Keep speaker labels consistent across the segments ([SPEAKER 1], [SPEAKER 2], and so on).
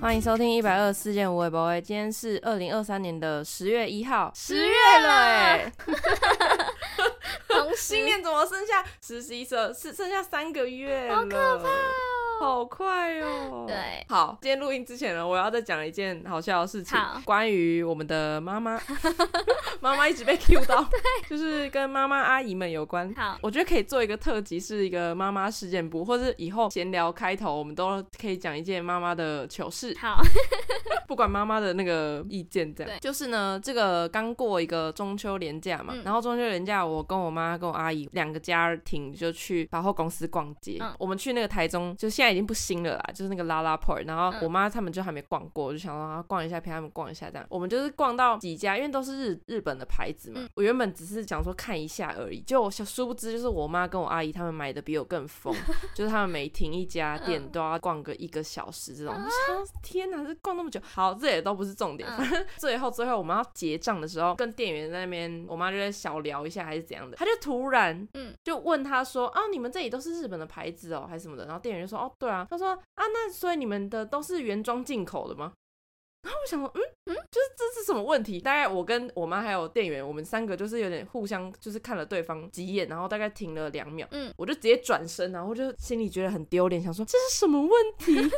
[SPEAKER 1] 欢迎收听一百二十四件无为不为，今天是二零二三年的十月一号，
[SPEAKER 2] 十
[SPEAKER 1] 月
[SPEAKER 2] 月
[SPEAKER 1] 了
[SPEAKER 2] 了
[SPEAKER 1] 哎、
[SPEAKER 2] 同时
[SPEAKER 1] 今年怎么剩下实习生，是剩下三个月好可怕、好快哦！
[SPEAKER 2] 对，
[SPEAKER 1] 好，今天录音之前呢，我要再讲一件好笑的事情
[SPEAKER 2] 好，
[SPEAKER 1] 关于我们的妈妈， 妈妈一 直被 Q 到，就是跟妈妈阿姨们有关。
[SPEAKER 2] 好
[SPEAKER 1] 我觉得可以做一个特辑，是一个妈妈事件簿，或是以后闲聊开头，我们都可以讲一件妈妈的糗事。
[SPEAKER 2] 好，
[SPEAKER 1] 不管妈妈的那个意见，这样
[SPEAKER 2] 对
[SPEAKER 1] 就是呢，这个刚过一个中秋连假嘛，
[SPEAKER 2] 嗯
[SPEAKER 1] 然后中秋连假，我跟我妈跟我阿姨两个家庭就去百货公司逛街，
[SPEAKER 2] 嗯
[SPEAKER 1] 我们去那个台中，就现在已经不新了啦，就是那个拉拉 port，然后
[SPEAKER 2] 嗯
[SPEAKER 1] 我妈他们就还没逛过，我就想说啊逛一下陪他们逛一下这样，我们就是逛到几家，因为都是日日本的牌子嘛，
[SPEAKER 2] 嗯
[SPEAKER 1] 我原本只是想说看一下而已，就我想殊不知就是我妈跟我阿姨他们买的比我更 疯，就是他们每停一家店
[SPEAKER 2] 嗯啊
[SPEAKER 1] 都要逛个一个小时这种，我就想说天哪，这逛那么久，好，这也都不是重点，
[SPEAKER 2] 嗯
[SPEAKER 1] 反正最后最后我们要结账的时候，跟店员在那边，我妈就在小聊一下还是怎样的，她就突然
[SPEAKER 2] 嗯
[SPEAKER 1] 就问他说啊，你们这里都是日本的牌子哦，还是什么的，然后店员就说哦对啊，他说啊那所以你们的都是原装进口的吗？然后我想说，嗯嗯，就是这是什么问题？大概我跟我妈还有店员，我们三个就是有点互相就是看了对方几眼，然后大概停了两秒，
[SPEAKER 2] 嗯，
[SPEAKER 1] 我就直接转身，然后就心里觉得很丢脸，想说这是什么问题？ 就是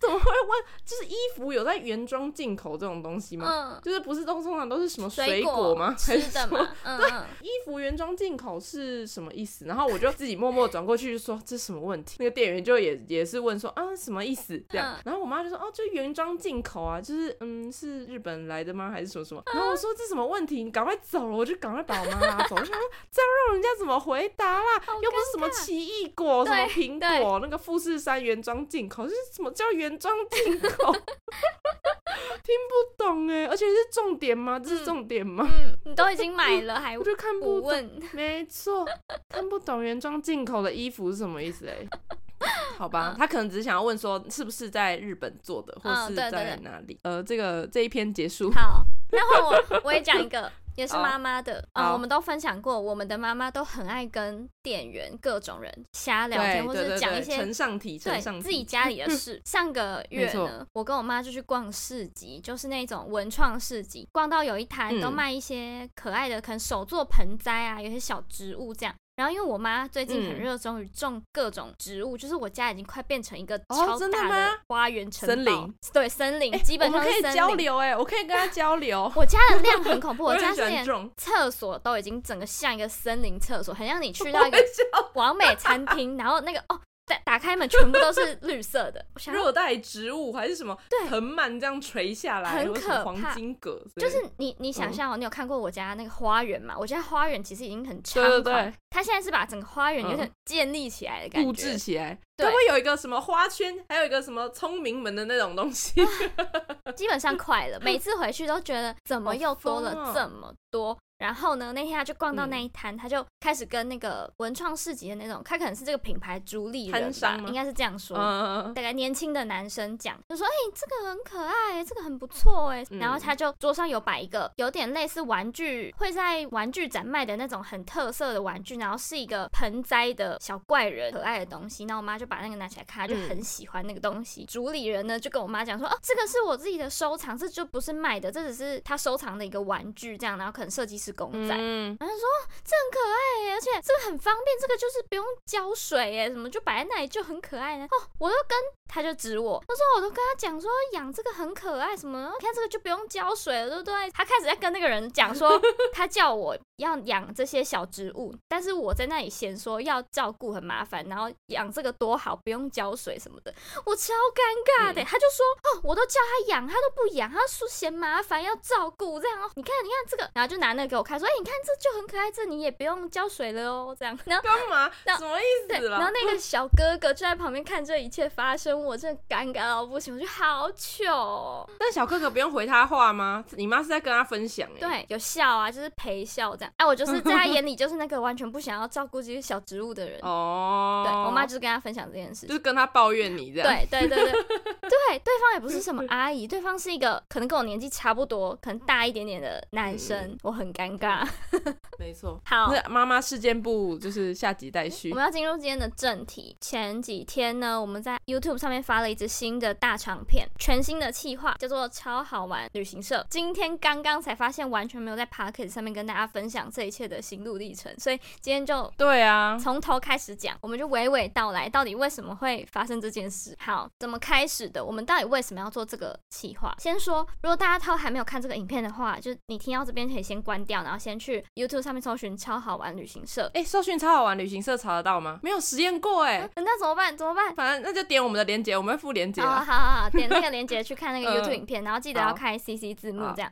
[SPEAKER 1] 怎么会问？就是衣服有在原装进口这种东西吗？
[SPEAKER 2] 嗯，
[SPEAKER 1] 就是不是都通常都是什么
[SPEAKER 2] 水
[SPEAKER 1] 果 吗？还是
[SPEAKER 2] 吃的
[SPEAKER 1] 什么
[SPEAKER 2] 嘛，嗯嗯，
[SPEAKER 1] 衣服原装进口是什么意思？然后我就自己默默转过去就说这什么问题？那个店员就也也是问说啊什么意思这样
[SPEAKER 2] 嗯，
[SPEAKER 1] 然后我妈就说哦就原装进口啊，就是嗯是日本来的吗还是什么什么？然后我说这什么问题？你赶快走了，我就赶快把我妈拉走，我想说 这样让人家怎么回答啦？
[SPEAKER 2] 好
[SPEAKER 1] 又不是
[SPEAKER 2] 尴
[SPEAKER 1] 什么
[SPEAKER 2] 尬
[SPEAKER 1] 奇异果、什
[SPEAKER 2] 对
[SPEAKER 1] 么苹果，
[SPEAKER 2] 对
[SPEAKER 1] 那个富士山原装进口，是什么叫原装进口？ 听不懂哎，而且是重点吗？这是重点吗？
[SPEAKER 2] 嗯，你都已经买了还
[SPEAKER 1] 我就看不
[SPEAKER 2] 不
[SPEAKER 1] 懂。
[SPEAKER 2] 问，
[SPEAKER 1] 没错，看不懂原装进口的衣服是什么意思哎、好吧，他可能只是想要问说是不是在日本做的，或
[SPEAKER 2] 嗯
[SPEAKER 1] 是
[SPEAKER 2] 对对
[SPEAKER 1] 在
[SPEAKER 2] 对
[SPEAKER 1] 哪里？呃，这个这一篇结束。
[SPEAKER 2] 好，那换我我也讲一个，也是
[SPEAKER 1] 好
[SPEAKER 2] 妈妈的啊、
[SPEAKER 1] 好
[SPEAKER 2] 我们都分享过，我们的妈妈都很爱跟店员各种人瞎聊
[SPEAKER 1] 对
[SPEAKER 2] 天，或
[SPEAKER 1] 对
[SPEAKER 2] 是
[SPEAKER 1] 对
[SPEAKER 2] 讲
[SPEAKER 1] 对，
[SPEAKER 2] 一些
[SPEAKER 1] 呈上题，
[SPEAKER 2] 对
[SPEAKER 1] 呈上
[SPEAKER 2] 自己
[SPEAKER 1] 题，
[SPEAKER 2] 家里的 事。上个月
[SPEAKER 1] 没错
[SPEAKER 2] 呢，我跟我妈就去逛市集，就是那种文创市集，逛到有一摊都
[SPEAKER 1] 嗯
[SPEAKER 2] 卖一些可爱的，可能手做盆栽啊，有些小植物这样。然后因为我妈最近很
[SPEAKER 1] 嗯
[SPEAKER 2] 热衷于种各种植物，就是我家已经快变成一个
[SPEAKER 1] 哦
[SPEAKER 2] 超
[SPEAKER 1] 真的
[SPEAKER 2] 大
[SPEAKER 1] 吗
[SPEAKER 2] 花园城
[SPEAKER 1] 森
[SPEAKER 2] 堡
[SPEAKER 1] 林，
[SPEAKER 2] 对森林，基
[SPEAKER 1] 我
[SPEAKER 2] 本
[SPEAKER 1] 们
[SPEAKER 2] 上
[SPEAKER 1] 可
[SPEAKER 2] 是
[SPEAKER 1] 以
[SPEAKER 2] 森
[SPEAKER 1] 交
[SPEAKER 2] 林。
[SPEAKER 1] 流哎、我可以跟他交流
[SPEAKER 2] 我家的量 很恐怖，我
[SPEAKER 1] 也
[SPEAKER 2] 家
[SPEAKER 1] 很喜
[SPEAKER 2] 是
[SPEAKER 1] 欢
[SPEAKER 2] 连
[SPEAKER 1] 种，
[SPEAKER 2] 厕所都已经整个像一个森林厕所，很像你去
[SPEAKER 1] 我
[SPEAKER 2] 到一个
[SPEAKER 1] 也喜
[SPEAKER 2] 完美餐厅，然后那个哦，打打开门全部都是绿色的，我想
[SPEAKER 1] 欢热带植物还是什么
[SPEAKER 2] 对
[SPEAKER 1] 藤蔓这样垂下来，
[SPEAKER 2] 很
[SPEAKER 1] 或者什么
[SPEAKER 2] 可怕
[SPEAKER 1] 黄金葛之类
[SPEAKER 2] 就
[SPEAKER 1] 的，
[SPEAKER 2] 是你你想象哦，你有看过我家那个花园嘛？我家花园其实已经很猖
[SPEAKER 1] 对
[SPEAKER 2] 狂，
[SPEAKER 1] 对对，嗯
[SPEAKER 2] 它现在是把整个花园有点建立起来的感
[SPEAKER 1] 布
[SPEAKER 2] 觉，
[SPEAKER 1] 置起来，
[SPEAKER 2] 对
[SPEAKER 1] 它会有一个什么花圈，还有一个什么聪明门的那种东西。
[SPEAKER 2] 啊基本上快 了。每次回去都觉得怎么
[SPEAKER 1] 好
[SPEAKER 2] 又多
[SPEAKER 1] 疯哦
[SPEAKER 2] 了这么多。然后呢，那天他就逛到
[SPEAKER 1] 嗯
[SPEAKER 2] 那一摊，他就开始跟那个文创市集的那种，他可能是这个品牌主理人
[SPEAKER 1] 摊商
[SPEAKER 2] 吧
[SPEAKER 1] 吗，
[SPEAKER 2] 应该是这样说。
[SPEAKER 1] 嗯，
[SPEAKER 2] 大概年轻的男生讲，就说：“哎、这个很可爱，这个很不错哎。
[SPEAKER 1] 嗯
[SPEAKER 2] 然后他就桌上有摆一个有点类似玩具，会在玩具展卖的那种很特色的玩具，然后是一个盆栽的小怪人，可爱的东西。那我妈就把那个拿起来看，她就
[SPEAKER 1] 嗯
[SPEAKER 2] 很喜欢那个东西。主理人呢就跟我妈讲说：“哦，这个是我自己的收藏，这就不是卖的，这只是他收藏的一个玩具这样。”然后可能设计师公仔，
[SPEAKER 1] 嗯，
[SPEAKER 2] 然后他说这很可爱耶，而且这个很方便，这个就是不用浇水哎耶，什么就摆在那里就很可爱呢。哦，我都跟他就指我，他说我都跟他讲说养这个很可爱什么，然后你看这个就不用浇水了，对不对？他开始在跟那个人讲说，他叫我要养这些小植物，但是我在那里嫌说要照顾很麻烦，然后养这个多好，不用浇水什么的，我超尴尬的。他就说哦，我都叫他养，他都不养，他说嫌麻烦要照顾这样哦。你看，你看这个，然后就拿那个给我看，说哎、你看这就很可爱，这你也不用浇水了哦，这样。然后
[SPEAKER 1] 干嘛？
[SPEAKER 2] 那
[SPEAKER 1] 什么意
[SPEAKER 2] 对，
[SPEAKER 1] 思
[SPEAKER 2] 然后
[SPEAKER 1] 啦？
[SPEAKER 2] 那个小哥哥就在旁边看这一切发生，我真的尴尬到不行，我觉得好糗哦、
[SPEAKER 1] 但小哥哥不用回他话吗？你妈是在跟他分享哎、
[SPEAKER 2] 对，有笑啊，就是陪笑这样。哎、我就是在他眼里就是那个完全不想要照顾这些小植物的人。
[SPEAKER 1] 哦，
[SPEAKER 2] 对我妈就是跟他分享这件事
[SPEAKER 1] 就
[SPEAKER 2] 情。
[SPEAKER 1] 是跟他抱怨你这样。
[SPEAKER 2] 对对对对，对，对方也不是什么阿姨，对方是一个可能跟我年纪差不多，可能大一点点的男生，
[SPEAKER 1] 嗯
[SPEAKER 2] 我很尴尬。
[SPEAKER 1] 没错。
[SPEAKER 2] 好，
[SPEAKER 1] 那妈妈事件部就是下集待续
[SPEAKER 2] 我。们要进入今天的正题。前几天呢，我们在 YouTube 上面发了一支新的大长片，全新的企划，叫做“超好玩旅行社”。今天刚刚才发现，完全没有在 Pocket 上面跟大家分享这一切的心路历程，所以今天就
[SPEAKER 1] 对啊，
[SPEAKER 2] 从头开始讲，我们就娓娓道来，到底为什么会发生这件事？好，怎么开始的？我们到底为什么要做这个企划？先说，如果大家都还没有看这个影片的话，就是你听到这边可以先关掉，然后先去 YouTube 上面搜寻“超好玩旅行社
[SPEAKER 1] 哎、搜寻超好玩旅行社查得到吗？没有实验过哎、”
[SPEAKER 2] 嗯。那怎么办？怎 么办？
[SPEAKER 1] 反正那就点我们的链接，我们会附链接
[SPEAKER 2] 哦，好
[SPEAKER 1] 啦。
[SPEAKER 2] 好好，点那个链接去看那 个
[SPEAKER 1] 嗯
[SPEAKER 2] YouTube 影片，然后记得要
[SPEAKER 1] 好
[SPEAKER 2] 开 CC 字幕
[SPEAKER 1] 好
[SPEAKER 2] 这样。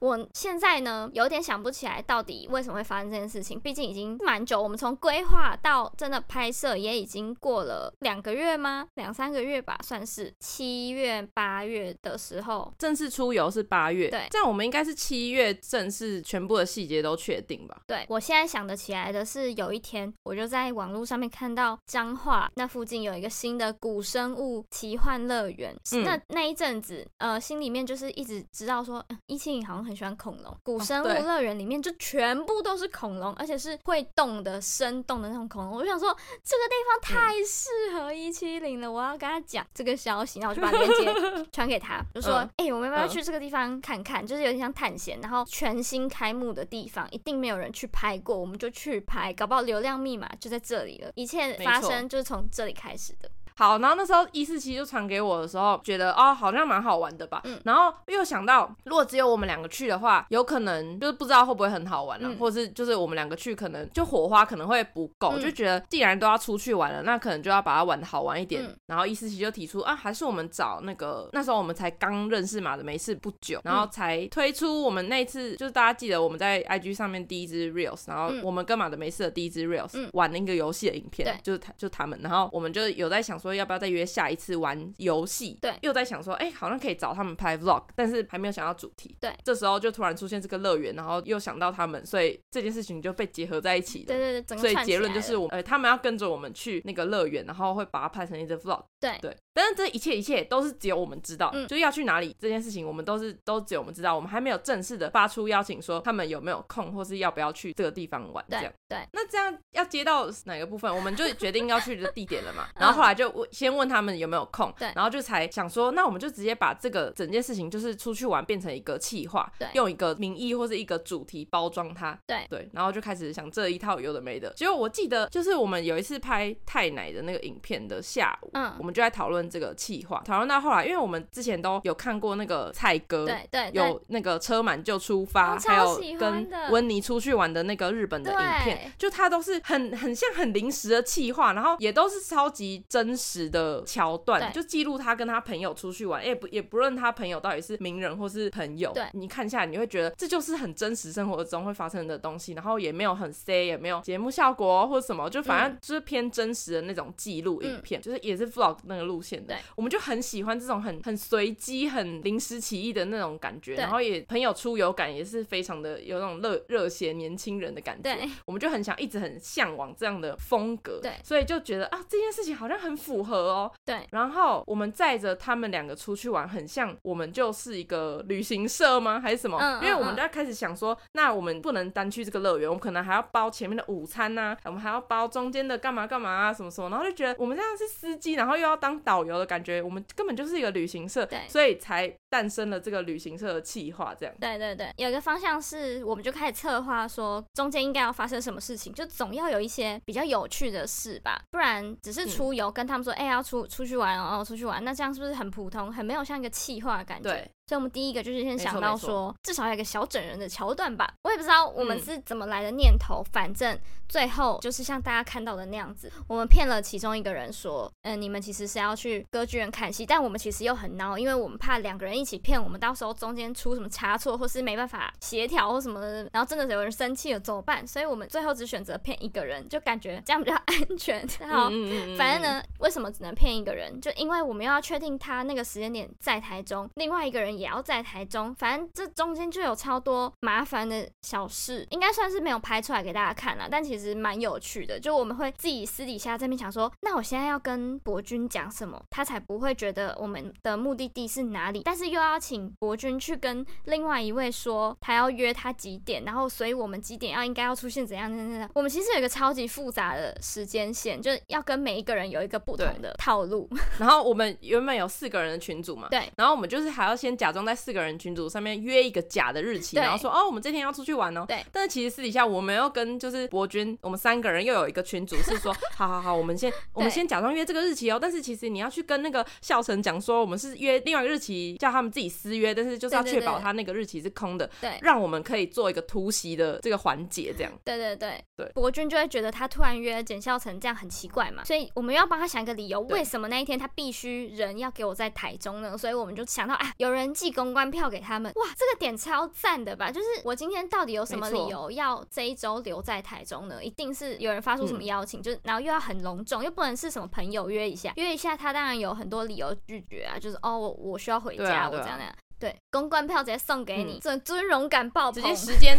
[SPEAKER 2] 我现在呢有点想不起来到底为什么会发生这件事情，毕竟已经蛮久，我们从规划到真的拍摄也已经过了两个月吗？两三个月吧，算是七月八月的时候。
[SPEAKER 1] 正式出游是八月，
[SPEAKER 2] 对
[SPEAKER 1] 这样我们应该是七月正式全部的细节都确定吧？
[SPEAKER 2] 对我现在想得起来的是，有一天我就在网络上面看到彰化那附近有一个新的古生物奇幻乐园。
[SPEAKER 1] 嗯
[SPEAKER 2] 那那一阵子，呃，心里面就是一直知道说，嗯一七零好像很喜欢恐龙，古生物
[SPEAKER 1] 哦对
[SPEAKER 2] 乐园里面就全部都是恐龙，而且是会动的、生动的那种恐龙。我就想说，这个
[SPEAKER 1] 嗯
[SPEAKER 2] 地方太适合一七零了，我要跟他讲这个消息，然后我就把链接 传给他，就说：“哎
[SPEAKER 1] 嗯、
[SPEAKER 2] 我们要不要
[SPEAKER 1] 嗯
[SPEAKER 2] 去这个地方看看？就是有点像探险，然后全新开幕的地方，一定没有人去拍过，我们就去拍，搞不好流量密码就在这里了。一切
[SPEAKER 1] 没错
[SPEAKER 2] 发生就是从这里开始的。
[SPEAKER 1] 好，然后那时候一 E 四七就传给我的时候，觉得哦好像蛮好玩的吧，
[SPEAKER 2] 嗯
[SPEAKER 1] 然后又想到如果只有我们两个去的话，有可能就是不知道会不会很好玩啊，
[SPEAKER 2] 嗯
[SPEAKER 1] 或者是就是我们两个去可能就火花可能会不够，
[SPEAKER 2] 嗯
[SPEAKER 1] 就觉得既然都要出去玩了，那可能就要把它玩的好玩一点。
[SPEAKER 2] 嗯
[SPEAKER 1] 然后一四七就提出啊，还是我们找那个那时候我们才刚认识马的没事不
[SPEAKER 2] 嗯
[SPEAKER 1] 久，然后才推出我们那次就是大家记得我们在 IG 上面第一支 reels，然后
[SPEAKER 2] 嗯
[SPEAKER 1] 我们跟马的没事的第一支 reels、
[SPEAKER 2] 嗯
[SPEAKER 1] 玩那个游戏的影片
[SPEAKER 2] 对，
[SPEAKER 1] 就是他就他们，然后我们就有在想说要不要再约下一次玩游戏，
[SPEAKER 2] 对
[SPEAKER 1] 又在想说哎、好像可以找他们拍 vlog，但是还没有想到主题，
[SPEAKER 2] 对
[SPEAKER 1] 这时候就突然出现这个乐园，然后又想到他们，所以这件事情就被结合在一起的
[SPEAKER 2] 对。对对，整
[SPEAKER 1] 所
[SPEAKER 2] 个
[SPEAKER 1] 以
[SPEAKER 2] 串起
[SPEAKER 1] 结
[SPEAKER 2] 来
[SPEAKER 1] 论就是
[SPEAKER 2] 了
[SPEAKER 1] 我们，呃，他们要跟着我们去那个乐园，然后会把它拍成一支 vlog。
[SPEAKER 2] 对
[SPEAKER 1] 对，但是这一切一切都是只有我们知道，
[SPEAKER 2] 嗯
[SPEAKER 1] 就要去哪里这件事情，我们都是都只有我们知道，我们还没有正式的发出邀请说他们有没有空，或是要不要去这个地方玩这
[SPEAKER 2] 对
[SPEAKER 1] 样。
[SPEAKER 2] 对
[SPEAKER 1] 那这样要接到哪个部分，我们就决定要去的地点了 嘛。然后后来就问先问他们有没有空，
[SPEAKER 2] 嗯对
[SPEAKER 1] 然后就才想说，那我们就直接把这个整件事情，就是出去玩变成一个企划，
[SPEAKER 2] 对
[SPEAKER 1] 用一个名义或是一个主题包装它，
[SPEAKER 2] 对
[SPEAKER 1] 对，然后就开始想这一套有的没的。结果我记得就是我们有一次拍太奶的那个影片的下午，
[SPEAKER 2] 嗯
[SPEAKER 1] 我们就在讨论这个企划，讨论到后来，因为我们之前都有看过那个蔡哥，
[SPEAKER 2] 对对对
[SPEAKER 1] 有那个车满就出发，
[SPEAKER 2] 我
[SPEAKER 1] 还
[SPEAKER 2] 哦超喜
[SPEAKER 1] 有
[SPEAKER 2] 欢
[SPEAKER 1] 跟
[SPEAKER 2] 的
[SPEAKER 1] 温妮出去玩的那个日本的影
[SPEAKER 2] 对
[SPEAKER 1] 片，就它都是很很像很临时的企划，然后也都是超级真实的桥段，
[SPEAKER 2] 对
[SPEAKER 1] 就记录他跟他朋友出去玩，也哎不也不论他朋友到底是名人或是朋友，
[SPEAKER 2] 对
[SPEAKER 1] 你看下来你会觉得这就是很真实生活中会发生的东西，然后也没有很 say，也没有节目效果或什么，就反
[SPEAKER 2] 嗯
[SPEAKER 1] 正就是偏真实的那种记录影片，就是也是 vlog 那个路线的
[SPEAKER 2] 对，
[SPEAKER 1] 我们就很喜欢这种很很随机、很临时起意的那种感觉，
[SPEAKER 2] 对
[SPEAKER 1] 然后也朋友出游感也是非常的有那种热热血年轻人的感觉，
[SPEAKER 2] 对
[SPEAKER 1] 我们就很想一直很向往这样的风格，
[SPEAKER 2] 对
[SPEAKER 1] 所以就觉得啊这件事情好像很符合哦。
[SPEAKER 2] 对
[SPEAKER 1] 然后我们载着他们两个出去玩，很像我们就是一个旅行社吗？还是什么？
[SPEAKER 2] 嗯嗯
[SPEAKER 1] 因为我们就要开始想说，那我们不能单去这个乐园，我们可能还要包前面的午餐呐、我们还要包中间的干嘛干嘛啊，什么什么。然后就觉得我们这样是司机，然后又要当导游的感觉，我们根本就是一个旅行社
[SPEAKER 2] 对，
[SPEAKER 1] 所以才诞生了这个旅行社的企划这样。
[SPEAKER 2] 对对对，有一个方向是，我们就开始策划说中间应该要发生什么事情，就总要有一些比较有趣的事吧，不然只
[SPEAKER 1] 嗯
[SPEAKER 2] 是出游跟他们说，哎、要出出去玩哦，哦出去玩，那这样是不是很普通，很没有像一个气话的感觉？
[SPEAKER 1] 对，
[SPEAKER 2] 所以我们第一个就是先想
[SPEAKER 1] 没错
[SPEAKER 2] 到
[SPEAKER 1] 没错
[SPEAKER 2] 说，至少有一个小整人的桥段吧。我也不知道我们
[SPEAKER 1] 嗯
[SPEAKER 2] 是怎么来的念头，反正最后就是像大家看到的那样子，我们骗了其中一个人说，嗯、你们其实是要去歌剧院看戏，但我们其实又很孬，因为我们怕两个人一起骗，我们到时候中间出什么差错，或是没办法协调或什么的，然后真的有人生气了怎么办？所以我们最后只选择骗一个人，就感觉这样比较 安全。好，
[SPEAKER 1] 嗯嗯嗯
[SPEAKER 2] 反正，呢，为什么只能骗一个人？就因为我们要确定他那个时间点在台中，另外一个人也要在台中，反正这中间就有超多麻烦的小事，应该算是没有拍出来给大家看了，但其实蛮有趣的。就我们会自己私底下这边想说，那我现在要跟博君讲什么？他才不会觉得我们的目的地是哪里。但是又要请伯君去跟另外一位说他要约他几点，然后所以我们几点要应该要出现怎样怎样怎样。我们其实有一个超级复杂的时间线，就是要跟每一个人有一个不同的套路。
[SPEAKER 1] 然后我们原本有四个人的群组嘛，
[SPEAKER 2] 对，
[SPEAKER 1] 然后我们就是还要先假装在四个人群组上面约一个假的日期，
[SPEAKER 2] 对
[SPEAKER 1] 然后说哦，我们这天要出去玩哦。
[SPEAKER 2] 对
[SPEAKER 1] 但是其实私底下我们要跟就是伯君，我们三个人又有一个群组是说， 好好好，我 们先我们先假装约这个日期哦。但是其实你要去跟那个校城讲说，我们是约另外一个日期，叫他们自己私约，但是就是要
[SPEAKER 2] 对
[SPEAKER 1] 确
[SPEAKER 2] 对
[SPEAKER 1] 保
[SPEAKER 2] 对
[SPEAKER 1] 他那个日期是空的，
[SPEAKER 2] 对
[SPEAKER 1] 让我们可以做一个突袭的这个环节，这样。
[SPEAKER 2] 对对对，
[SPEAKER 1] 对
[SPEAKER 2] 伯君就会觉得他突然约简孝成这样很奇怪嘛，所以我们要帮他想一个理由，
[SPEAKER 1] 对
[SPEAKER 2] 为什么那一天他必须人要给我在台中呢？所以我们就想到啊，有人寄公关票给他们，哇，这个点超赞的吧？就是我今天到底有什么
[SPEAKER 1] 没错
[SPEAKER 2] 理由要这一周留在台中呢？一定是有人发
[SPEAKER 1] 嗯
[SPEAKER 2] 出什么邀请，就是然后又要很隆重，又不能是什么朋友约一下，约一下他当然有很多理由拒绝啊，就是哦我我需要回
[SPEAKER 1] 对
[SPEAKER 2] 家，
[SPEAKER 1] 啊
[SPEAKER 2] 我
[SPEAKER 1] 对啊
[SPEAKER 2] 这样那样。对，公关票直接送给你，
[SPEAKER 1] 嗯
[SPEAKER 2] 这尊荣感爆
[SPEAKER 1] 直
[SPEAKER 2] 棚，
[SPEAKER 1] 接时间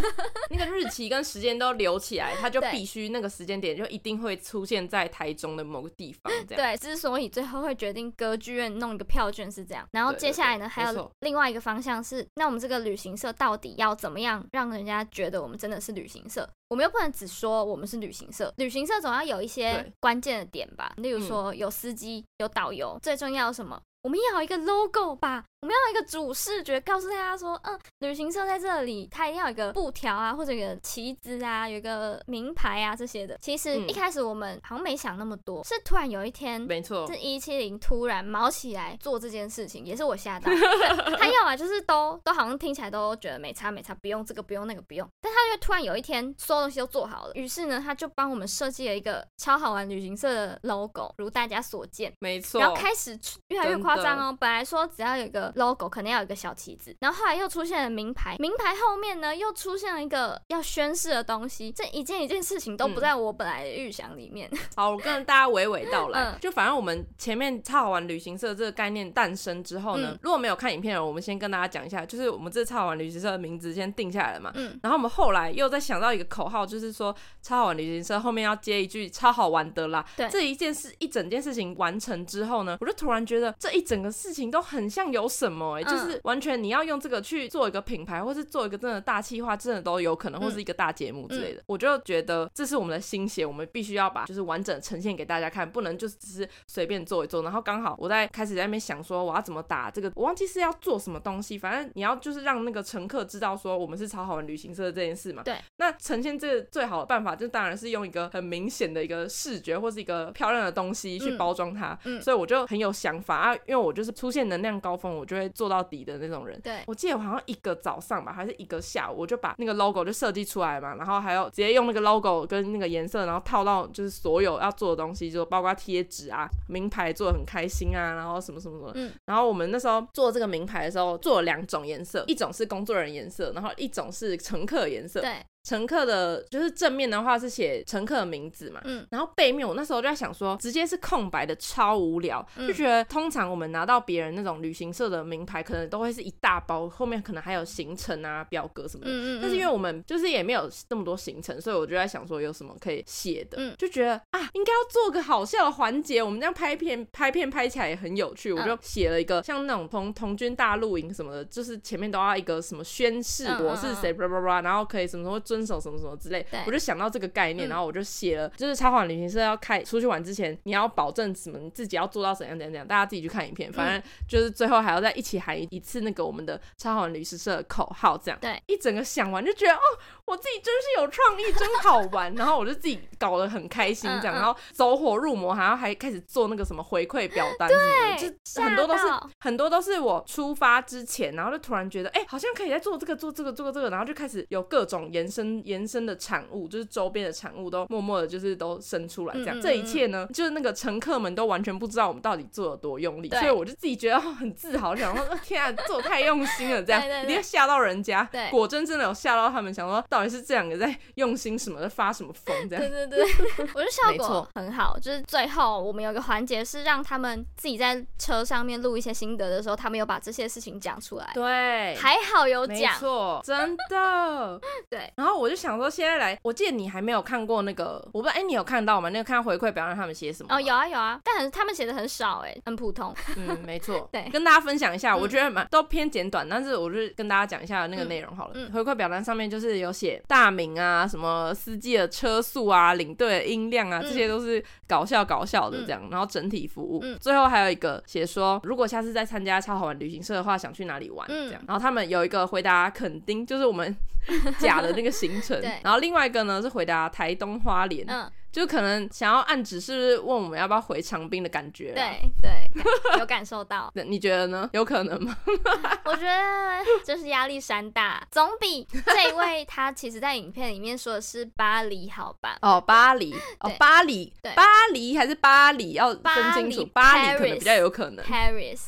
[SPEAKER 1] 那个日期跟时间都留起来，他就
[SPEAKER 2] 对
[SPEAKER 1] 必须那个时间点就一定会出现在台中的某个地方，这样。
[SPEAKER 2] 对，之所以最后会决定歌剧院弄一个票券是这样，然后
[SPEAKER 1] 对
[SPEAKER 2] 接
[SPEAKER 1] 对
[SPEAKER 2] 下来呢，
[SPEAKER 1] 对
[SPEAKER 2] 还
[SPEAKER 1] 没
[SPEAKER 2] 有
[SPEAKER 1] 错
[SPEAKER 2] 另外一个方向是，那我们这个旅行社到底要怎么样让人家觉得我们真的是旅行社？我们又不能只说我们是旅行社，旅行社总要有一些
[SPEAKER 1] 对嗯
[SPEAKER 2] 关键的点吧，例如说有司机、有导游，最重要的是什么？我们要有一个 logo 吧，我们要有一个主视觉，告诉大家说，嗯，旅行社在这里，它一定要有一个布条啊，或者有个旗子啊，有一个名牌啊这些的。其实
[SPEAKER 1] 嗯
[SPEAKER 2] 一开始我们好像没想那么多，是突然有一天，
[SPEAKER 1] 没错
[SPEAKER 2] 是，一七零突然毛起来做这件事情，也是我吓到。他他要么就是都都好像听起来都觉得没差没差，不用这个不用那个不用，但他就突然有一天所有东西都做好了，于是呢他就帮我们设计了一个超好玩旅行社的 logo，如大家所见。
[SPEAKER 1] 没错。
[SPEAKER 2] 然后开始越来越夸张哦。本来说只要有一个 logo，可能要有一个小旗子，然后后来又出现了名牌，名牌后面呢又出现了一个要宣誓的东西，这一件一件事情都
[SPEAKER 1] 嗯
[SPEAKER 2] 不在我本来的预想里面。
[SPEAKER 1] 好，我跟大家娓娓道来。
[SPEAKER 2] 嗯
[SPEAKER 1] 就反正我们前面超好玩旅行社这个概念诞生之后呢，
[SPEAKER 2] 嗯
[SPEAKER 1] 如果没有看影片的人，我们先跟大家讲一下，就是我们这超好玩旅行社的名字先定下来了嘛。
[SPEAKER 2] 嗯
[SPEAKER 1] 然后我们后来又再想到一个口号，就是说超好玩旅行社后面要接一句超好玩的啦。
[SPEAKER 2] 对
[SPEAKER 1] 这一件事一整件事情完成之后呢，我就突然觉得这一整个事情都很像有什么哎、
[SPEAKER 2] 嗯
[SPEAKER 1] 就是完全你要用这个去做一个品牌，或是做一个真的大企划，真的都有可
[SPEAKER 2] 嗯
[SPEAKER 1] 能，或是一个大节目之类的。我就觉得这是我们的心血，我们必须要把就是完整呈现给大家看，不能就只是随便做一做。然后刚好我在开始在那边想说我要怎么打这个，我忘记是要做什么东西，反正你要就是让那个乘客知道说我们是超好玩旅行社这件事嘛。
[SPEAKER 2] 对。
[SPEAKER 1] 那呈现这个最好的办法，就当然是用一个很明显的一个视觉或是一个漂亮的东西去
[SPEAKER 2] 嗯
[SPEAKER 1] 包装它。
[SPEAKER 2] 嗯
[SPEAKER 1] 所以我就很有想法啊，因为我就是出现能量高峰，我就会做到底的那种人。
[SPEAKER 2] 对，
[SPEAKER 1] 我记得我好像一个早上吧，还是一个下午，我就把那个 logo 就设计出来嘛，然后还有直接用那个 logo 跟那个颜色，然后套到就是所有要做的东西，就包括贴纸啊、名牌做的很开心啊，然后什么什么什么。
[SPEAKER 2] 嗯
[SPEAKER 1] 然后我们那时候做这个名牌的时候，做了两种颜色，一种是工作人员颜色，然后一种是乘客颜 色。
[SPEAKER 2] 对，
[SPEAKER 1] 乘客的就是正面的话是写乘客的名字嘛，
[SPEAKER 2] 嗯
[SPEAKER 1] 然后背面我那时候就在想说，直接是空白的超无聊，
[SPEAKER 2] 嗯
[SPEAKER 1] 就觉得通常我们拿到别人那种旅行社的名牌，可能都会是一大包，后面可能还有行程啊、表格什么的。
[SPEAKER 2] 嗯嗯，
[SPEAKER 1] 但是因为
[SPEAKER 2] 为
[SPEAKER 1] 我们就是也没有那么多行程，所以我就在想说有什么可以写的，
[SPEAKER 2] 嗯
[SPEAKER 1] 就觉得啊，应该要做个好笑的环节。我们这样拍片，拍片拍起来也很有趣。我就
[SPEAKER 2] 嗯
[SPEAKER 1] 写了一个像那种同同军大露营什么的，就是前面都要一个什么宣誓
[SPEAKER 2] 嗯
[SPEAKER 1] 我是
[SPEAKER 2] 嗯
[SPEAKER 1] 谁，叭叭叭，然后可以什么什么遵守什么什么之类
[SPEAKER 2] 对。
[SPEAKER 1] 我就想到这个概念，
[SPEAKER 2] 嗯
[SPEAKER 1] 然后我就写了，就是超缓旅行社要开出去玩之前，你要保证什么，你自己要做到怎样怎样怎样，大家自己去看影片。
[SPEAKER 2] 嗯
[SPEAKER 1] 反正就是最后还要再一起喊一次那个我们的超好玩旅行社的口号，这样。
[SPEAKER 2] 对，
[SPEAKER 1] 一整个想完就觉得哦，我自己真是有创意，真好玩。 然后我就自己搞得很开心，这样，
[SPEAKER 2] 嗯嗯
[SPEAKER 1] 然后走火入魔，还要还开始做那个什么回馈表单什么的，就很多都是
[SPEAKER 2] 吓到
[SPEAKER 1] 很多都是我出发之前，然后就突然觉得，哎、好像可以在做这个做这个做这个，然后就开始有各种延伸延伸的产物，就是周边的产物都默默的，就是都生出来这样。
[SPEAKER 2] 嗯嗯
[SPEAKER 1] 这一切呢，就是那个乘客们都完全不知道我们到底做了多用力，
[SPEAKER 2] 对
[SPEAKER 1] 所以我就自己觉得哦很自豪，想说天啊，做得太用心了，这样
[SPEAKER 2] 对对对
[SPEAKER 1] 一定要吓到人家。
[SPEAKER 2] 对
[SPEAKER 1] 果真真的有吓到他们，想说到底是这两个在用心什么的发什么疯这样
[SPEAKER 2] 对。对对，我觉得效
[SPEAKER 1] 没
[SPEAKER 2] 果
[SPEAKER 1] 错
[SPEAKER 2] 很好。就是最后我们有个环节是让他们自己在车上面录一些心得的时候，他们有把这些事情讲出来，
[SPEAKER 1] 对，
[SPEAKER 2] 还好有
[SPEAKER 1] 没
[SPEAKER 2] 讲。
[SPEAKER 1] 错，真的
[SPEAKER 2] 对。
[SPEAKER 1] 然后后我就想说，现在来，我记得你还没有看过那个，我不知道，哎、你有看到吗？那个看回馈表让他们写什么？
[SPEAKER 2] 哦，有啊有啊，但很他们写的很少哎、很 普通。，
[SPEAKER 1] 嗯，没错
[SPEAKER 2] 对
[SPEAKER 1] 跟大家分享一下，
[SPEAKER 2] 嗯
[SPEAKER 1] 我觉得蛮都偏简短，但是我就跟大家讲一下那个内容好了。
[SPEAKER 2] 嗯嗯
[SPEAKER 1] 回馈表单上面就是有写大名啊，什么司机的车速啊，领队的音量啊，
[SPEAKER 2] 嗯
[SPEAKER 1] 这些都是搞笑搞笑的
[SPEAKER 2] 嗯
[SPEAKER 1] 这样，然后整体服务。
[SPEAKER 2] 嗯
[SPEAKER 1] 最后还有一个写说，如果下次再参加超好玩旅行社的话，想去哪里玩、
[SPEAKER 2] 嗯
[SPEAKER 1] 这样。然后他们有一个回答垦丁，就是我们 假的那个行程
[SPEAKER 2] 对，
[SPEAKER 1] 然后另外一个呢是回答台东花莲，
[SPEAKER 2] 嗯，
[SPEAKER 1] 就可能想要暗指是不是问我们要不要回长滨的感觉、啊。
[SPEAKER 2] 对对，感有感受到。
[SPEAKER 1] 那你觉得呢？有可能吗？
[SPEAKER 2] 我觉得就是压力山大，总比这一位他其实在影片里面说的是巴黎好吧？
[SPEAKER 1] 哦，巴 黎，哦
[SPEAKER 2] 对，
[SPEAKER 1] 巴黎
[SPEAKER 2] 对，
[SPEAKER 1] 巴黎还是巴黎，要分清楚，
[SPEAKER 2] 巴
[SPEAKER 1] 巴黎
[SPEAKER 2] 黎
[SPEAKER 1] 可能比
[SPEAKER 2] Paris
[SPEAKER 1] 较有可 能。
[SPEAKER 2] Paris，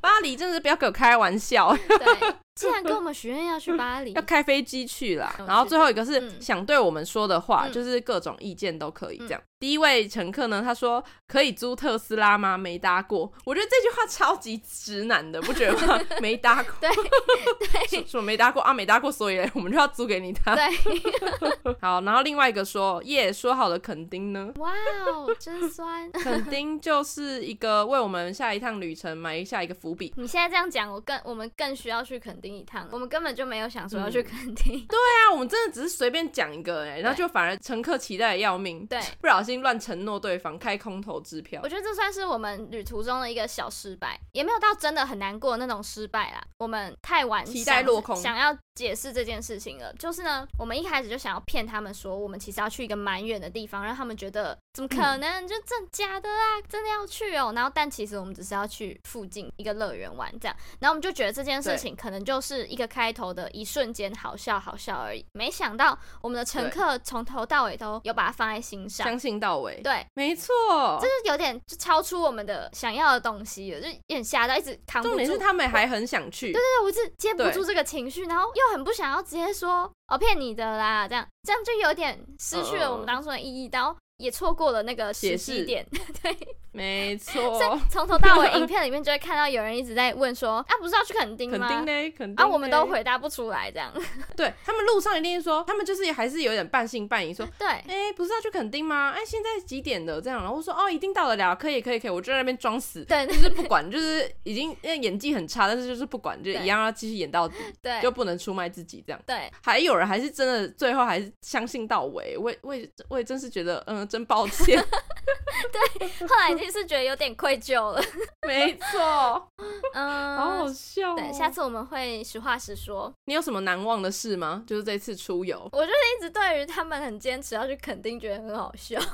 [SPEAKER 1] 巴黎真的是不要给我开玩
[SPEAKER 2] 嗯
[SPEAKER 1] 笑，
[SPEAKER 2] 对，既然跟我们许愿要去巴黎
[SPEAKER 1] 要，开飞机去啦。
[SPEAKER 2] 我
[SPEAKER 1] 然后
[SPEAKER 2] 觉
[SPEAKER 1] 最后一个是
[SPEAKER 2] 嗯
[SPEAKER 1] 想对我们说的话，
[SPEAKER 2] 嗯
[SPEAKER 1] 就是各种意见都可以这样。第一位乘客呢，他说可以租特斯拉吗？没搭过，我觉得这句话超级直男的，不觉得 吗？没搭过，
[SPEAKER 2] 对
[SPEAKER 1] 说说没搭过啊，没搭过，所以嘞我们就要租给你搭。
[SPEAKER 2] 对，
[SPEAKER 1] 好，然后另外一个说耶，说好的垦丁呢？
[SPEAKER 2] 哇哦，真酸！
[SPEAKER 1] 肯定就是一个为我们下一趟旅程埋下一个伏笔。
[SPEAKER 2] 你现在这样讲，我更我们更需要去垦丁一趟，我们根本就没有想说要去
[SPEAKER 1] 嗯
[SPEAKER 2] 垦丁，
[SPEAKER 1] 对啊，我们真的只是随便讲一个哎、然后就反而乘客期待的要命，
[SPEAKER 2] 对，
[SPEAKER 1] 不小心乱承诺对方开空头支票
[SPEAKER 2] 我。觉得这算是我们旅途中的一个小失败，也没有到真的很难过的那种失败啦。我们太晚
[SPEAKER 1] 期
[SPEAKER 2] 想
[SPEAKER 1] 待落空
[SPEAKER 2] 想要解释这件事情了。就是呢，我们一开始就想要骗他们说，我们其实要去一个蛮远的地方，让他们觉得怎么
[SPEAKER 1] 嗯
[SPEAKER 2] 可能，就真假的啊，真的要去哦。然后，但其实我们只是要去附近一个乐园玩这样。然后我们就觉得这件事情可能就是一个开头的一瞬间好笑好笑而已。没想到我们的乘客从头到尾都有把它放在心上。
[SPEAKER 1] 相信到尾，
[SPEAKER 2] 对，
[SPEAKER 1] 没错。
[SPEAKER 2] 就是有点就超出我们的想要的东西了，就有点吓到，一直扛不住。
[SPEAKER 1] 重点是
[SPEAKER 2] 对
[SPEAKER 1] 他们还很想去，
[SPEAKER 2] 对，我是接不
[SPEAKER 1] 对
[SPEAKER 2] 住这个情绪，然后又很不想要直接说哦骗你的啦，这样这样就有点失去了我们
[SPEAKER 1] 嗯
[SPEAKER 2] 当初的意义，然后也错过了那个时
[SPEAKER 1] 解
[SPEAKER 2] 机
[SPEAKER 1] 释
[SPEAKER 2] 点。
[SPEAKER 1] 没错。
[SPEAKER 2] 从头到尾，影片里面就会看到有人一直在问说啊，不是要去垦丁
[SPEAKER 1] 肯
[SPEAKER 2] 吗？
[SPEAKER 1] 定呢，肯定
[SPEAKER 2] 啊，我们都
[SPEAKER 1] 会。
[SPEAKER 2] 回答不出来，这样
[SPEAKER 1] 对他们路上一定说，他们就是还是有点半信半疑，说
[SPEAKER 2] 对。
[SPEAKER 1] 哎、不是要去垦丁吗？哎、现在几点了？这样，然后我说哦，一定到得了，可以，可以，可以，我就在那边装死，
[SPEAKER 2] 对
[SPEAKER 1] 就是不管，就是已经因为演技很差，但是就是不管，就
[SPEAKER 2] 对
[SPEAKER 1] 一样要继续演到底，
[SPEAKER 2] 对
[SPEAKER 1] 就不能出卖自己这样。
[SPEAKER 2] 对，
[SPEAKER 1] 还有人还是真的最后还是相信到尾，我也我也我也真是觉得，嗯，真抱歉，
[SPEAKER 2] 后来已经是觉得有点愧疚了。
[SPEAKER 1] 没错，
[SPEAKER 2] 嗯，
[SPEAKER 1] 好好 笑、哦。
[SPEAKER 2] 对，下次我们会实话实说。
[SPEAKER 1] 你有什么难忘的事吗？就是这次出游，
[SPEAKER 2] 我就是一直对于他们很坚持要去垦丁，觉得很好笑。就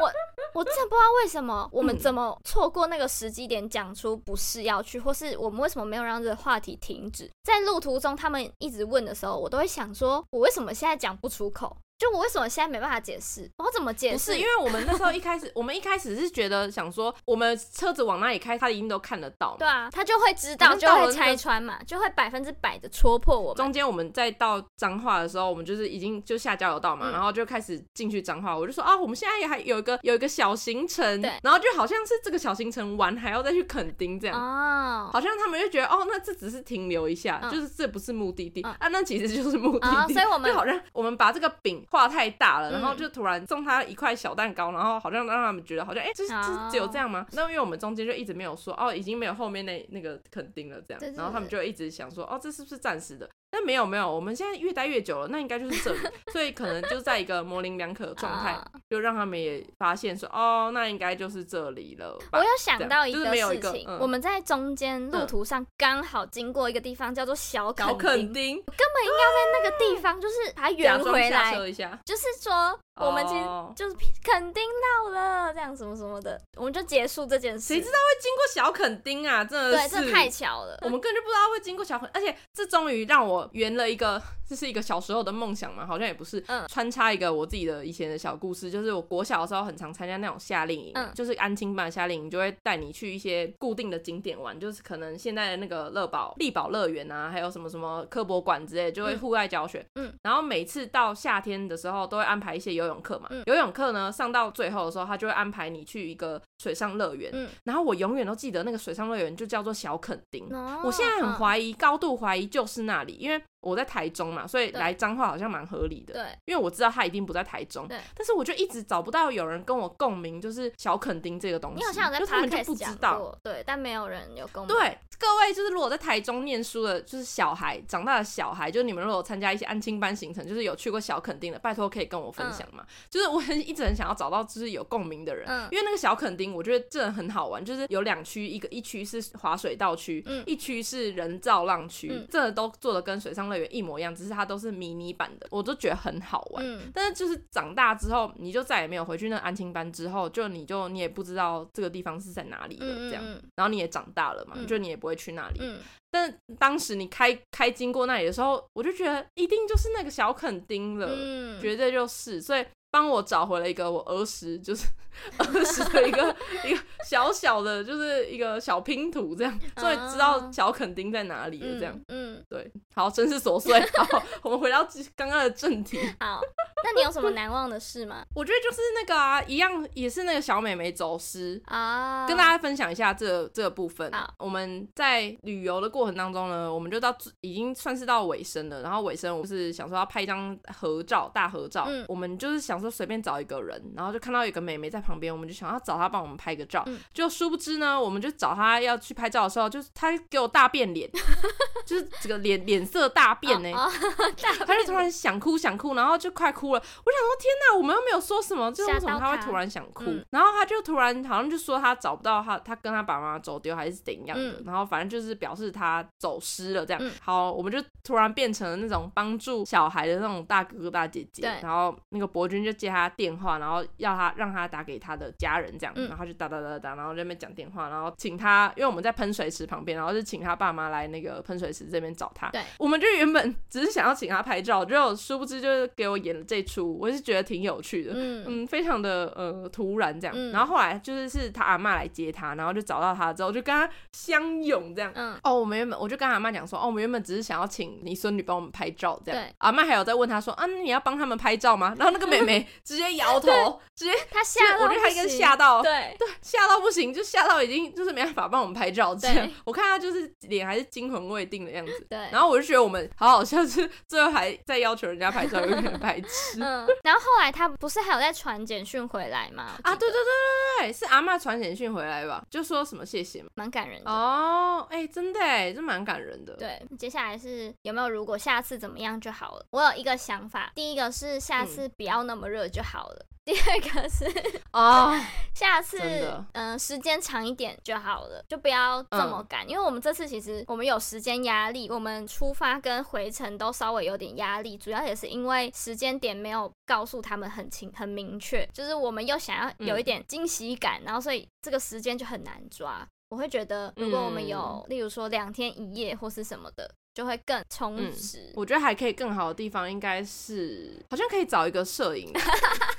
[SPEAKER 2] 我我真的不知道为什么我们
[SPEAKER 1] 嗯
[SPEAKER 2] 怎么错过那个时机点，讲出不是要去，或是我们为什么没有让这个话题停止。在路途中，他们一直问的时候，我都会想说，我为什么现在讲不出口？就我为什么现在没办法解释？我要怎么解
[SPEAKER 1] 不
[SPEAKER 2] 释？
[SPEAKER 1] 是，因为我们那时候一开始，我们一开始是觉得想说，我们车子往哪里开，他一定都看得到嘛
[SPEAKER 2] 对。啊，他就会知道，
[SPEAKER 1] 好像
[SPEAKER 2] 就
[SPEAKER 1] 到了
[SPEAKER 2] 会
[SPEAKER 1] 那个
[SPEAKER 2] 拆穿嘛，就会百分之百的戳破我们。
[SPEAKER 1] 中间我们在到彰化的时候，我们就是已经就下交流道嘛，
[SPEAKER 2] 嗯
[SPEAKER 1] 然后就开始进去彰化。我就说啊，我们现在还有一个有一个小行程
[SPEAKER 2] 对，
[SPEAKER 1] 然后就好像是这个小行程完还要再去垦丁这样。
[SPEAKER 2] 哦，
[SPEAKER 1] 好像他们就觉得哦，那这只是停留一下，
[SPEAKER 2] 嗯
[SPEAKER 1] 就是这不是目的地、
[SPEAKER 2] 嗯
[SPEAKER 1] 啊，那其实就是目的地。
[SPEAKER 2] 啊所以我们
[SPEAKER 1] 就好像我们把这个饼画太大了，
[SPEAKER 2] 嗯
[SPEAKER 1] 然后就突然送他一块小蛋糕，然后好像让他们觉得好像哎、这这
[SPEAKER 2] 哦
[SPEAKER 1] 这只有这样吗？那因为我们中间就一直没有说哦，已经没有后面那那个肯定了这样，
[SPEAKER 2] 对对
[SPEAKER 1] 然后他们就一直想说哦，这是不是暂时的？但没有没有，我们现在越待越久了，那应该就是 这里，所以可能就在一个模棱两可的状态
[SPEAKER 2] 啊，
[SPEAKER 1] 就让他们也发现说哦，那应该就是这里了吧。
[SPEAKER 2] 我有想到一
[SPEAKER 1] 这样就是没有
[SPEAKER 2] 事
[SPEAKER 1] 一个
[SPEAKER 2] 情，
[SPEAKER 1] 嗯
[SPEAKER 2] 我们在中间路途上刚好经过一个地方，叫做小垦
[SPEAKER 1] 搞肯
[SPEAKER 2] 丁，
[SPEAKER 1] 定，
[SPEAKER 2] 那个地方就是还
[SPEAKER 1] 假
[SPEAKER 2] 圆
[SPEAKER 1] 装
[SPEAKER 2] 回
[SPEAKER 1] 下
[SPEAKER 2] 来，
[SPEAKER 1] 车一下。
[SPEAKER 2] 就是说我们其实
[SPEAKER 1] 哦
[SPEAKER 2] 就是垦丁到了，这样什么什么的，我们就结束这件事
[SPEAKER 1] 谁。知道会经过小垦丁啊？真的
[SPEAKER 2] 对，
[SPEAKER 1] 是，
[SPEAKER 2] 这太巧了。
[SPEAKER 1] 我们根本就不知道会经过小垦，而且这终于让我圆了一个，这是一个小时候的梦想嘛，好像也不是，
[SPEAKER 2] 嗯
[SPEAKER 1] 穿插一个我自己的以前的小故事，就是我国小的时候很常参加那种夏令营，
[SPEAKER 2] 嗯
[SPEAKER 1] 就是安亲班的夏令营，就会带你去一些固定的景点玩，就是可能现在的那个乐宝、力宝乐园啊，还有什么什么科博馆之类的，就会户外教学，
[SPEAKER 2] 嗯
[SPEAKER 1] 然后每次到夏天的时候都会安排一些游泳课嘛，
[SPEAKER 2] 嗯
[SPEAKER 1] 游泳课呢上到最后的时候，他就会安排你去一个水上乐园，
[SPEAKER 2] 嗯
[SPEAKER 1] 然后我永远都记得那个水上乐园就叫做小垦丁。
[SPEAKER 2] 哦
[SPEAKER 1] 我现在很
[SPEAKER 2] 嗯
[SPEAKER 1] 怀疑，高度怀疑就是那里，因为我在台中嘛，所以
[SPEAKER 2] 对
[SPEAKER 1] 来彰化好像蛮合理的，
[SPEAKER 2] 对，
[SPEAKER 1] 因为我知道他一定不在台中
[SPEAKER 2] 对。
[SPEAKER 1] 但是我就一直找不到有人跟我共鸣，就是小垦丁这个东西，
[SPEAKER 2] 你好像有
[SPEAKER 1] 就
[SPEAKER 2] 在
[SPEAKER 1] 他们就不知
[SPEAKER 2] podcast 讲
[SPEAKER 1] 道。
[SPEAKER 2] 过，对，但没有人有跟我们
[SPEAKER 1] 对，各位就是如果在台中念书的，就是小孩长大的小孩，就是你们如果有参加一些安亲班行程，就是有去过小垦丁的，拜托可以跟我分享嘛。就是我很一直很想要找到就是有共鸣的人，
[SPEAKER 2] 嗯
[SPEAKER 1] 因为那个小垦丁，我觉得真的很好玩，就是有两区，一个一区是滑水道区，
[SPEAKER 2] 嗯
[SPEAKER 1] 一区是人造浪区，
[SPEAKER 2] 嗯
[SPEAKER 1] 真的都做的跟水上乐园一模一样，只是它都是迷你版的，我都觉得很好玩。
[SPEAKER 2] 嗯，
[SPEAKER 1] 但是就是长大之后，你就再也没有回去那安亲班之后，就你就你也不知道这个地方是在哪里了，
[SPEAKER 2] 嗯
[SPEAKER 1] 这样。
[SPEAKER 2] 嗯
[SPEAKER 1] 然后你也长大了嘛，
[SPEAKER 2] 嗯
[SPEAKER 1] 就你也不会去那里。
[SPEAKER 2] 嗯
[SPEAKER 1] 但当时你开开经过那里的时候，我就觉得一定就是那个小垦丁了，
[SPEAKER 2] 嗯，
[SPEAKER 1] 绝对就是。所以帮我找回了一个我儿时就是 儿时的一 个一个小小的，就是一个小拼图这样，所以知道小垦丁在哪里了。这样、
[SPEAKER 2] 嗯，
[SPEAKER 1] 好，真是琐碎。 好，我们回到刚刚的正题，
[SPEAKER 2] 嗯好，那你有什么难忘的事吗？
[SPEAKER 1] 我觉得就是那个啊，一样也是那个小美眉走失，
[SPEAKER 2] 啊，
[SPEAKER 1] 跟大家分享一下这这个部分
[SPEAKER 2] 好。
[SPEAKER 1] 我们在旅游的过程当中呢，我们就到最已经算是到尾声了。然后尾声，我是想说要拍一张合照，大合照。
[SPEAKER 2] 嗯
[SPEAKER 1] 我们就是想说随便找一个人，然后就看到有个美眉在旁边，我们就想要找她帮我们拍个照。
[SPEAKER 2] 嗯
[SPEAKER 1] 就殊不知呢，我们就找她要去拍照的时候，就是她给我大变脸， 就是这个脸脸色大变欸呢、
[SPEAKER 2] 哦哦大
[SPEAKER 1] 她就
[SPEAKER 2] 便
[SPEAKER 1] 突然想哭想哭，然后就快哭了。我想说天哪，我们又没有说什么，就是为什么
[SPEAKER 2] 吓到
[SPEAKER 1] 她会
[SPEAKER 2] 她
[SPEAKER 1] 突然想哭？
[SPEAKER 2] 嗯
[SPEAKER 1] 然后她就突然好像就说她找不到她，她跟她爸妈走丢还是怎样的，
[SPEAKER 2] 嗯
[SPEAKER 1] 然后反正就是表示她走失了这样。
[SPEAKER 2] 嗯
[SPEAKER 1] 好，我们就突然变成了那种帮助小孩的那种大哥哥大姐姐
[SPEAKER 2] 对。
[SPEAKER 1] 然后那个伯君就接她电话，然后要她让她打给她的家人这样，
[SPEAKER 2] 嗯
[SPEAKER 1] 然后她就打打打打，然后在那边讲电话，然后请她，因为我们在喷水池旁边，然后就请她爸妈来那个喷水池这边找她。
[SPEAKER 2] 对，
[SPEAKER 1] 我们就原本只是想要请她拍照，结果殊不知就是给我演了这出，我是觉得挺有趣的。
[SPEAKER 2] 嗯
[SPEAKER 1] 嗯，非常的呃突然这样，
[SPEAKER 2] 嗯
[SPEAKER 1] 然后后来就是是他阿妈来接他，然后就找到他之后就跟他相拥这样。
[SPEAKER 2] 嗯
[SPEAKER 1] 哦，我们原本我就跟阿妈讲说，哦，我们原本只是想要请你孙女帮我们拍照这样
[SPEAKER 2] 对。
[SPEAKER 1] 阿妈还有在问他说，啊，那你要帮他们拍照吗？然后那个妹 妹直接摇头，直接，
[SPEAKER 2] 他 吓到
[SPEAKER 1] 我觉得她
[SPEAKER 2] 不
[SPEAKER 1] 应该
[SPEAKER 2] 行
[SPEAKER 1] 吓到，
[SPEAKER 2] 对
[SPEAKER 1] 吓到不行，就吓到已经就是没办法帮我们拍照这样
[SPEAKER 2] 对。
[SPEAKER 1] 我看她就是脸还是惊魂未定的样子。
[SPEAKER 2] 对，
[SPEAKER 1] 然后我就觉得我们好好笑，就是最后还在要求人家拍照，有点白痴。
[SPEAKER 2] 嗯，然后后来他不是还有在传简讯回来吗？
[SPEAKER 1] 啊，对对对对对，是阿嬷传简讯回来吧，就说什么谢谢嘛。
[SPEAKER 2] 蛮感人的。
[SPEAKER 1] 哦，哎、真的哎，这蛮感人的。，
[SPEAKER 2] 对，接下来是有没有如果下次怎么样就好了？我有一个想法，第一个是
[SPEAKER 1] 嗯
[SPEAKER 2] 下次不要那么热就好了，第二个是
[SPEAKER 1] 哦，
[SPEAKER 2] 下次
[SPEAKER 1] 真的
[SPEAKER 2] 嗯、呃时间长一点就好了，就不要这么
[SPEAKER 1] 嗯
[SPEAKER 2] 赶，因为我们这次其实我们有时间压力，我们出发跟回程都稍微有点压力，主要也是因为时间点没有告诉他们很清很明确，就是我们又想要有一点惊喜感，
[SPEAKER 1] 嗯
[SPEAKER 2] 然后所以这个时间就很难抓。我会觉得，如果我们有、
[SPEAKER 1] 嗯
[SPEAKER 2] 例如说两天一夜或是什么的，就会更充
[SPEAKER 1] 嗯
[SPEAKER 2] 实。
[SPEAKER 1] 我觉得还可以更好的地方应该是，好像可以找一个摄 影，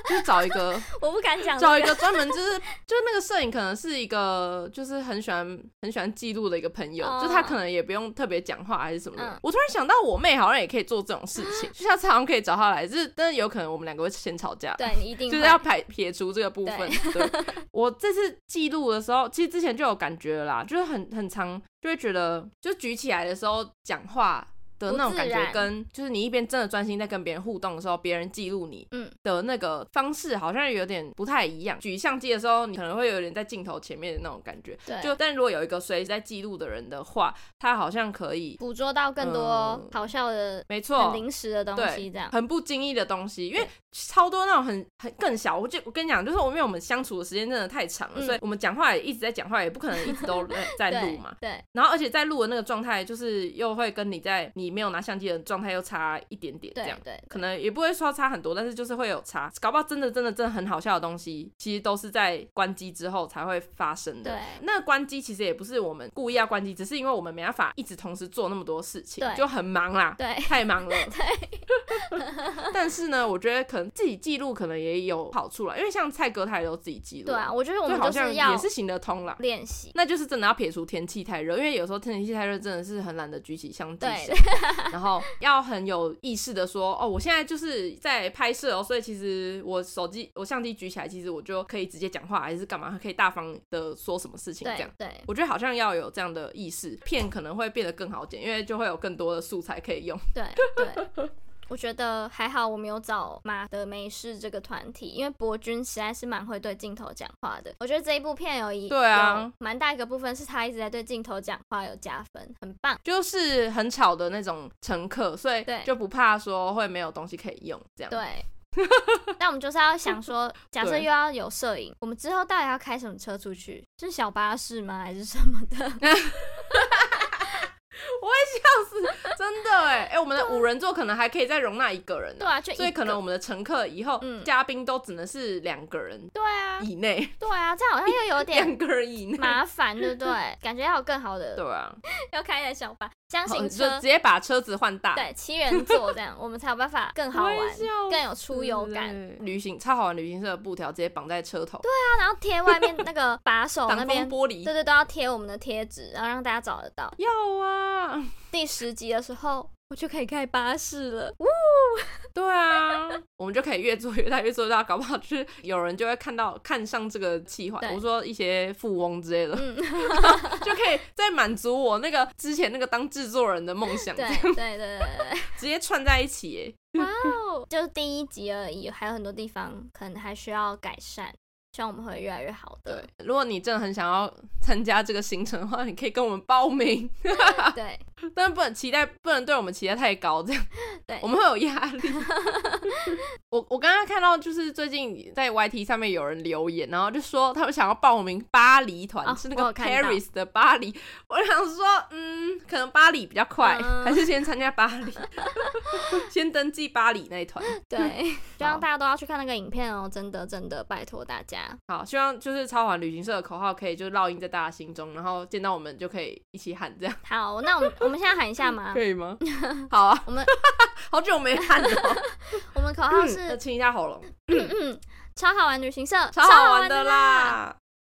[SPEAKER 1] 就是找一个
[SPEAKER 2] 我不敢讲、这
[SPEAKER 1] 找
[SPEAKER 2] 个
[SPEAKER 1] 一个专门就是就是那个摄影可能是一个就是很喜欢很喜欢记录的一个朋友，
[SPEAKER 2] 哦
[SPEAKER 1] 就他可能也不用特别讲话还是什么的。
[SPEAKER 2] 嗯
[SPEAKER 1] 我突然想到，我妹好像也可以做这种事情，就下次好像可以找她来，就是但是有可能我们两个会先吵架。
[SPEAKER 2] 对你一定
[SPEAKER 1] 就是
[SPEAKER 2] 会
[SPEAKER 1] 要排撇除这个部分。对，我这次记录的时候，其实之前就有感觉了啦，就是很很长，就会觉得，就举起来的时候讲话的那种感
[SPEAKER 2] 不自
[SPEAKER 1] 觉，
[SPEAKER 2] 然
[SPEAKER 1] 跟就是你一边真的专心在跟别人互动的时候，别人记录你
[SPEAKER 2] 嗯
[SPEAKER 1] 的那个方式，好像有点不太一样。举相机的时候，你可能会有点在镜头前面的那种感觉。
[SPEAKER 2] 对
[SPEAKER 1] 就但如果有一个随时在记录的人的话，他好像可以，
[SPEAKER 2] 捕捉到更多
[SPEAKER 1] 嗯
[SPEAKER 2] 好笑的、
[SPEAKER 1] 没错，
[SPEAKER 2] 很临时的东
[SPEAKER 1] 对
[SPEAKER 2] 西，这样。
[SPEAKER 1] 很不经意的东西，因为超多那种很很更小。我就我跟你讲，就是我因为我们相处的时间真的太长了，
[SPEAKER 2] 嗯
[SPEAKER 1] 所以我们讲话也一直在讲话，也不可能一 直都呃在在录
[SPEAKER 2] 对
[SPEAKER 1] 嘛。
[SPEAKER 2] 对，
[SPEAKER 1] 然后而且在录的那个状态，就是又会跟你在你没有拿相机的状态又差一点点，这
[SPEAKER 2] 对
[SPEAKER 1] 样
[SPEAKER 2] 对
[SPEAKER 1] 可能也不会说差很多，但是就是会有差。搞不好真的真的真的很好笑的东西，其实都是在关机之后才会发生的
[SPEAKER 2] 对。
[SPEAKER 1] 那关机其实也不是我们故意要关机，只是因为我们没办法一直同时做那么多事情，
[SPEAKER 2] 对
[SPEAKER 1] 就很忙啦。
[SPEAKER 2] 对，
[SPEAKER 1] 太 忙了。但是呢，我觉得可能自己记录可能也有好处了，因为像蔡哥他也有自己记录，
[SPEAKER 2] 对啊，，我觉得我
[SPEAKER 1] 就
[SPEAKER 2] 们
[SPEAKER 1] 好
[SPEAKER 2] 就
[SPEAKER 1] 像
[SPEAKER 2] 要
[SPEAKER 1] 也是行得通啦。
[SPEAKER 2] 练习。
[SPEAKER 1] 那就是真的要撇除天气太热，因为有时候天气太热真的是很懒得举起相机
[SPEAKER 2] 对
[SPEAKER 1] 绳，然后要很有意识的说，哦，我现在就是在拍摄哦，所以其实我手机我相机举起来，其实我就可以直接讲话，还是干嘛，可以大方的说什么事情这样
[SPEAKER 2] 对。对，
[SPEAKER 1] 我觉得好像要有这样的意识，片可能会变得更好剪，因为就会有更多的素材可以用。
[SPEAKER 2] 对 对，我觉得还好我没有找马德梅氏这个团体，因为博君实在是蛮会对镜头讲话的。我觉得这一部片有一
[SPEAKER 1] 对啊，
[SPEAKER 2] 有蛮大一个部分是他一直在对镜头讲话，有加分，很棒。
[SPEAKER 1] 就是很吵的那种乘客，所以
[SPEAKER 2] 对
[SPEAKER 1] 就不怕说会没有东西可以用这样。
[SPEAKER 2] 对。 那我们就是要想说， 假设
[SPEAKER 1] 对
[SPEAKER 2] 又要有摄影，我们之后到底要开什么车出去？是小巴士吗？还是什么的？
[SPEAKER 1] 真的哎、哎、我们的五人座可能还可以再容纳一个人、
[SPEAKER 2] 对啊，就一
[SPEAKER 1] 所以可能
[SPEAKER 2] 个
[SPEAKER 1] 我们的乘客以后、
[SPEAKER 2] 嗯
[SPEAKER 1] 嘉宾都只能是两个人
[SPEAKER 2] 对啊，
[SPEAKER 1] 以内，
[SPEAKER 2] 对啊，这样好像又有点
[SPEAKER 1] 两个人 以内。
[SPEAKER 2] 麻烦，对不对？感觉要有更好的，
[SPEAKER 1] 对啊，
[SPEAKER 2] 要开一台小巴，箱
[SPEAKER 1] 好
[SPEAKER 2] 型
[SPEAKER 1] 你就
[SPEAKER 2] 车
[SPEAKER 1] 直，接把车子换大，
[SPEAKER 2] 对，七人座这样，我们才有办法更好玩
[SPEAKER 1] 我也，笑
[SPEAKER 2] 更有出游感。
[SPEAKER 1] 对。旅行超好玩，旅行社的布条直接绑在车头，
[SPEAKER 2] 那然后贴外面那个把手那
[SPEAKER 1] 挡风
[SPEAKER 2] 边，
[SPEAKER 1] 玻璃
[SPEAKER 2] 对对，都要贴我们的贴纸，然后让大家找得到。
[SPEAKER 1] 要啊，
[SPEAKER 2] 第十集的时候，我就可以开巴士 了。
[SPEAKER 1] 对啊，我们就可以越做越大，越做越大，搞不好就是有人就会看到看上这个计划
[SPEAKER 2] 对。
[SPEAKER 1] 我说一些富翁之类的，
[SPEAKER 2] 嗯，
[SPEAKER 1] 就可以再满足我那个之前那个当制作人的梦想，
[SPEAKER 2] 对
[SPEAKER 1] 这样
[SPEAKER 2] 对对对对，
[SPEAKER 1] 直接串在一起耶。
[SPEAKER 2] 哇哦，就是第一集而已，还有很多地方可能还需要改善，希望我们会越来越好的
[SPEAKER 1] 对。，如果你真的很想要参加这个行程的话，你可以跟我们报名，
[SPEAKER 2] 对
[SPEAKER 1] 但不能期待，不能对我们期待太高，这样
[SPEAKER 2] 对
[SPEAKER 1] 我们会有压力。 我我刚刚看到，就是最近在 YT 上面有人留言，然后就说他们想要报名巴黎团，
[SPEAKER 2] 哦
[SPEAKER 1] 是那
[SPEAKER 2] 我
[SPEAKER 1] 个
[SPEAKER 2] 有看到
[SPEAKER 1] Paris 的巴黎。我想说，嗯，可能巴黎比较快，
[SPEAKER 2] 嗯
[SPEAKER 1] 还是先参加巴 黎，先登记巴黎那一团。
[SPEAKER 2] 对，希望大家都要去看那个影片哦，真的真的，拜托大家。
[SPEAKER 1] 好，希望就是超环旅行社的口号可以就烙印在大家心中，然后见到我们就可以一起喊，这样
[SPEAKER 2] 好，那我们我们现在喊一下 嘛。
[SPEAKER 1] 可以吗？啊好啊，
[SPEAKER 2] 我们
[SPEAKER 1] 好久没喊 了哦，
[SPEAKER 2] 我们口号
[SPEAKER 1] 嗯，
[SPEAKER 2] 是
[SPEAKER 1] 清一下喉咙，
[SPEAKER 2] 超好玩旅行社，
[SPEAKER 1] 超好玩
[SPEAKER 2] 的
[SPEAKER 1] 的。啦。